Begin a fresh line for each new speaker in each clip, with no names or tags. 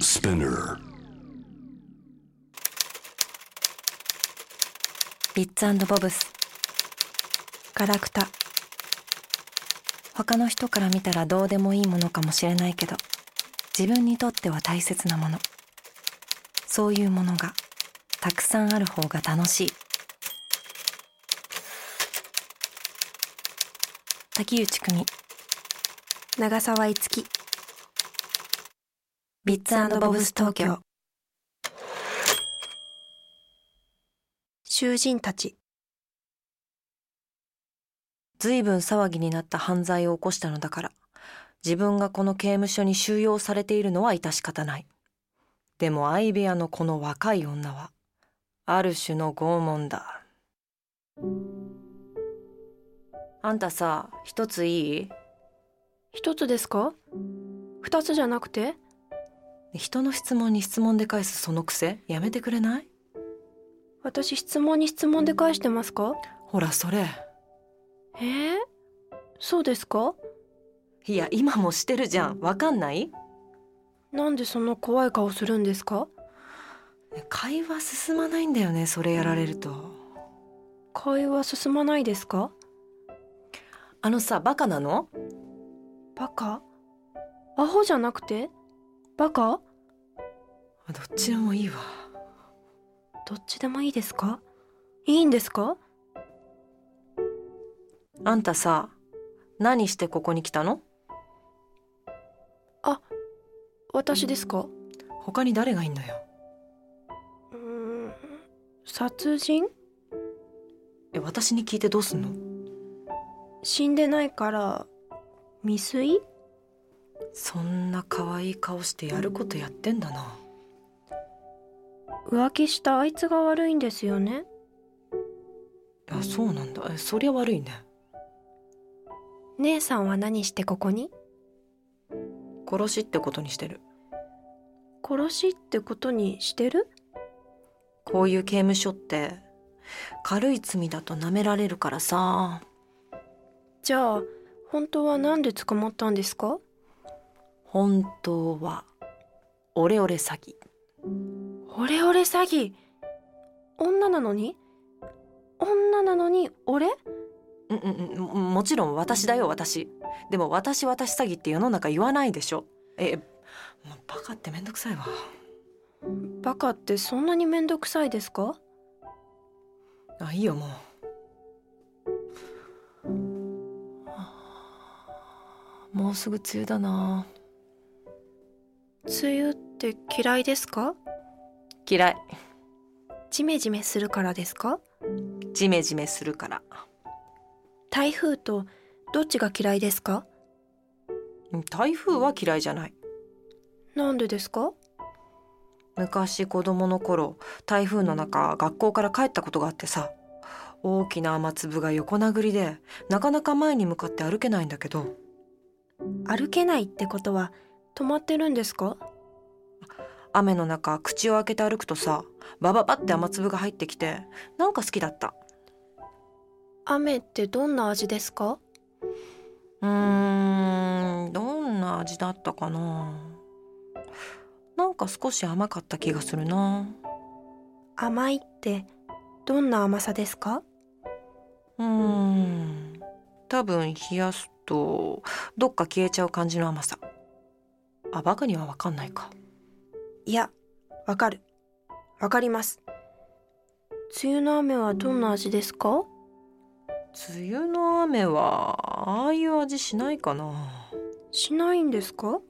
Spinner.
ビッツボブスガラクタ他の人から見たらどうでもいいものかもしれないけど自分にとっては大切なものそういうものがたくさんある方が楽しい竹内久美長澤いつきビッツボブス東京囚人たち随分騒ぎになった犯罪を起こしたのだから自分がこの刑務所に収容されているのは致し方ないでも相部屋のこの若い女はある種の拷問だあんたさ一ついい
一つですか二つじゃなくて
人の質問に質問で返すその癖やめてくれない
私質問に質問で返してますか
ほらそれ
えー、そうですか
いや今もしてるじゃんわかんない
なんでそんな怖い顔するんですか
会話進まないんだよねそれやられると
会話進まないですか
あのさバカなの
バカアホじゃなくてバカ
どっちでもいいわ
どっちでもいいですかいいんですか
あんたさ何してここに来たの
私ですか
他に誰がいんのよ
うーん殺人
え私に聞いてどうすんの
死んでないから未遂
そんな可愛い顔してやることやってんだな
浮気したあいつが悪いんですよね
あそうなんだえそりゃ悪いね
姉さんは何してここに
殺しってことにしてる
殺しってことにしてる
こういう刑務所って軽い罪だと舐められるからさ
じゃあ本当はなんで捕まったんですか
本当はオレオレ詐欺
オレオレ詐欺女なのに女なのに俺
うんうんうんももちろん私だよ私でも私私詐欺って世の中言わないでしょえもうバカってめんどくさいわ
バカってそんなにめんどくさいですか
あいいよもうあーもうすぐ梅雨だな
梅雨って嫌いですか
嫌い
ジメジメするからですか
ジメジメするから
台風とどっちが嫌いですか
台風は嫌いじゃない
なんでですか
昔子供の頃台風の中学校から帰ったことがあってさ大きな雨粒が横殴りでなかなか前に向かって歩けないんだけど
歩けないってことは止まってるんですか
雨の中口を開けて歩くとさバババって雨粒が入ってきてなんか好きだった
雨ってどんな味ですか
うーんどんな味だったかななんか少し甘かった気がするな
甘いってどんな甘さですか
うーん多分冷やすとどっか消えちゃう感じの甘さあバカには分かんないか
いやわかるわかります梅雨の雨はどんな味ですか
梅雨の雨はああいう味しないかな
しないんですか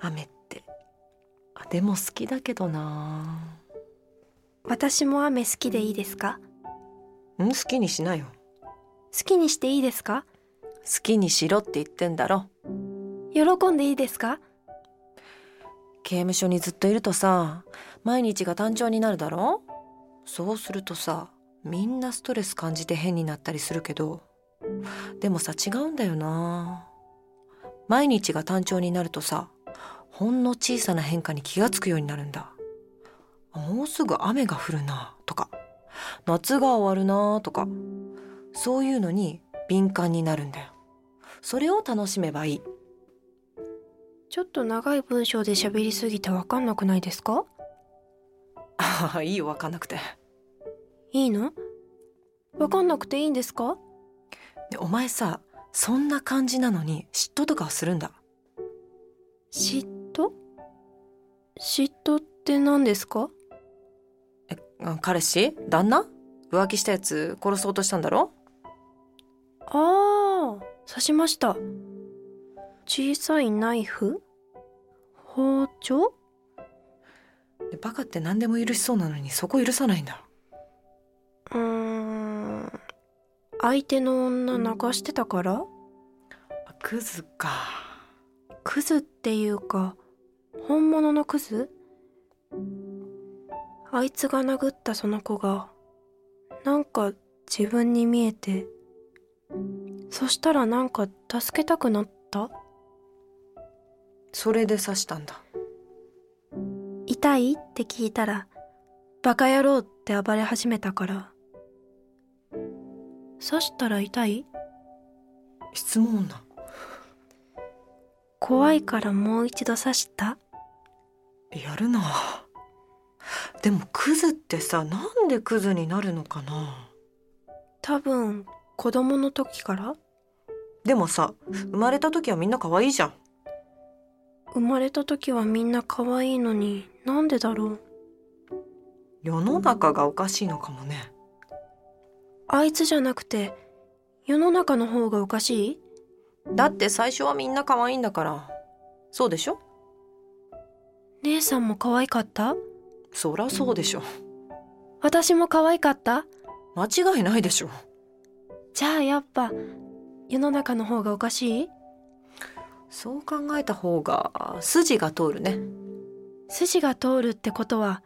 雨ってあでも好きだけどな
私も雨好きでいいですか
うん好きにしなよ
好きにしていいですか
好きにしろって言ってんだろ
喜んでいいですか
刑務所にずっといるとさ毎日が単調になるだろそうするとさみんなストレス感じて変になったりするけどでもさ違うんだよな毎日が単調になるとさほんの小さな変化に気がつくようになるんだもうすぐ雨が降るなとか夏が終わるなとかそういうのに敏感になるんだよそれを楽しめばいい
ちょっと長い文章で喋りすぎてわかんなくないですか
あ あいいよ分かんなくて
いいのわかんなくていいんですか
でお前さそんな感じなのに嫉妬とかはするんだ
嫉妬嫉妬って何ですか
えあ彼氏旦那浮気したやつ殺そうとしたんだろ
ああ刺しました小さいナイフ包丁
でバカって何でも許しそうなのにそこ許さないんだ
うーん相手の女流してたから
あクズか
クズっていうか本物のクズあいつが殴ったその子がなんか自分に見えてそしたらなんか助けたくなった
それで刺したんだ
痛いって聞いたらバカ野郎って暴れ始めたから刺したら痛い
質問女
怖いからもう一度刺した
やるなでもクズってさなんでクズになるのかな
多分子供の時から
でもさ生まれた時はみんな可愛いじゃん
生まれた時はみんな可愛いのになんでだろう
世の中がおかしいのかもね
あいつじゃなくて世の中の方がおかしい
だって最初はみんな可愛いんだからそうでしょ
姉さんも可愛かった
そりゃそうでしょ
私も可愛かった
間違いないでしょ
じゃあやっぱ世の中の方がおかしい
そう考えた方が筋が通るね
筋が通るってことは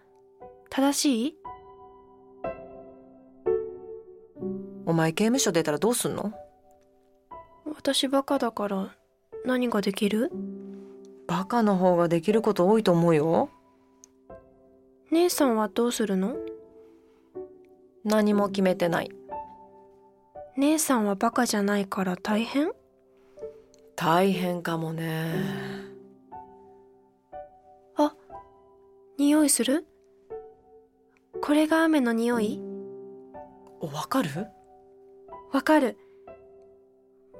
正しい
お前刑務所出たらどうすんの
私バカだから何ができる
バカの方ができること多いと思うよ
姉さんはどうするの
何も決めてない
姉さんはバカじゃないから大変
大変かもね
匂いするこれが雨の匂い
おわかる
わかる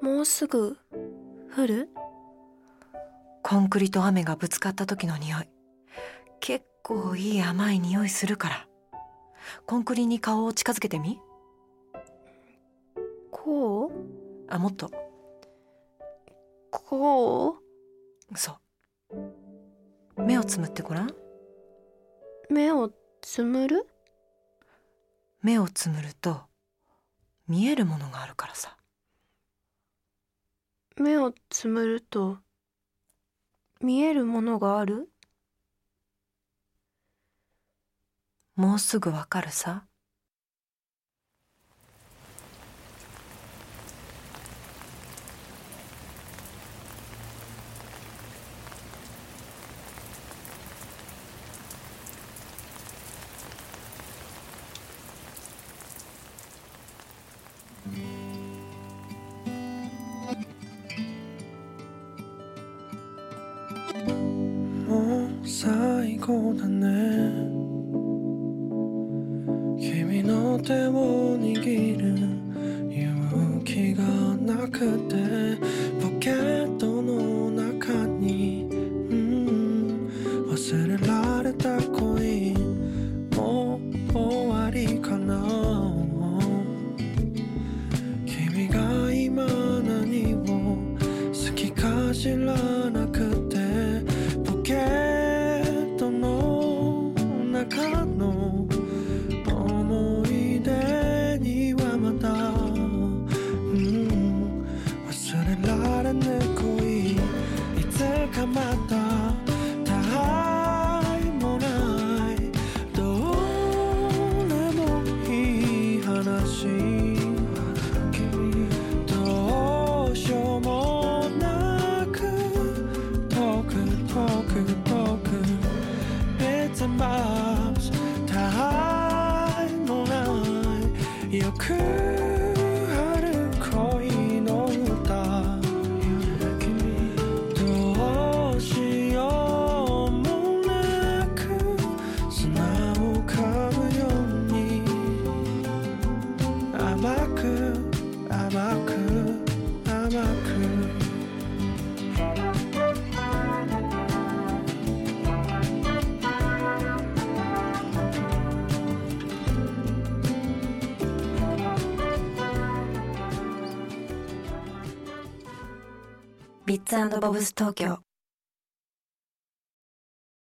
もうすぐ降る
コンクリと雨がぶつかった時の匂い結構いい甘い匂いするからコンクリに顔を近づけてみ
こう
あもっと
こ
そう目をつむってごらん
う目をつむる
目をつむると見えるものがあるからさ
目をつむると見えるものがある
もうすぐわかるさ
もう最高だね君の手を握る勇気がなくてポケットの中に、うん、忘れられた恋もう終わりかな君が今何を好きか知らなくてポケットの中の思い出にはまだ、うん、忘れられぬ恋いつかまた他愛もないどうでもいい話どうしようもなく
ビッツボブス東京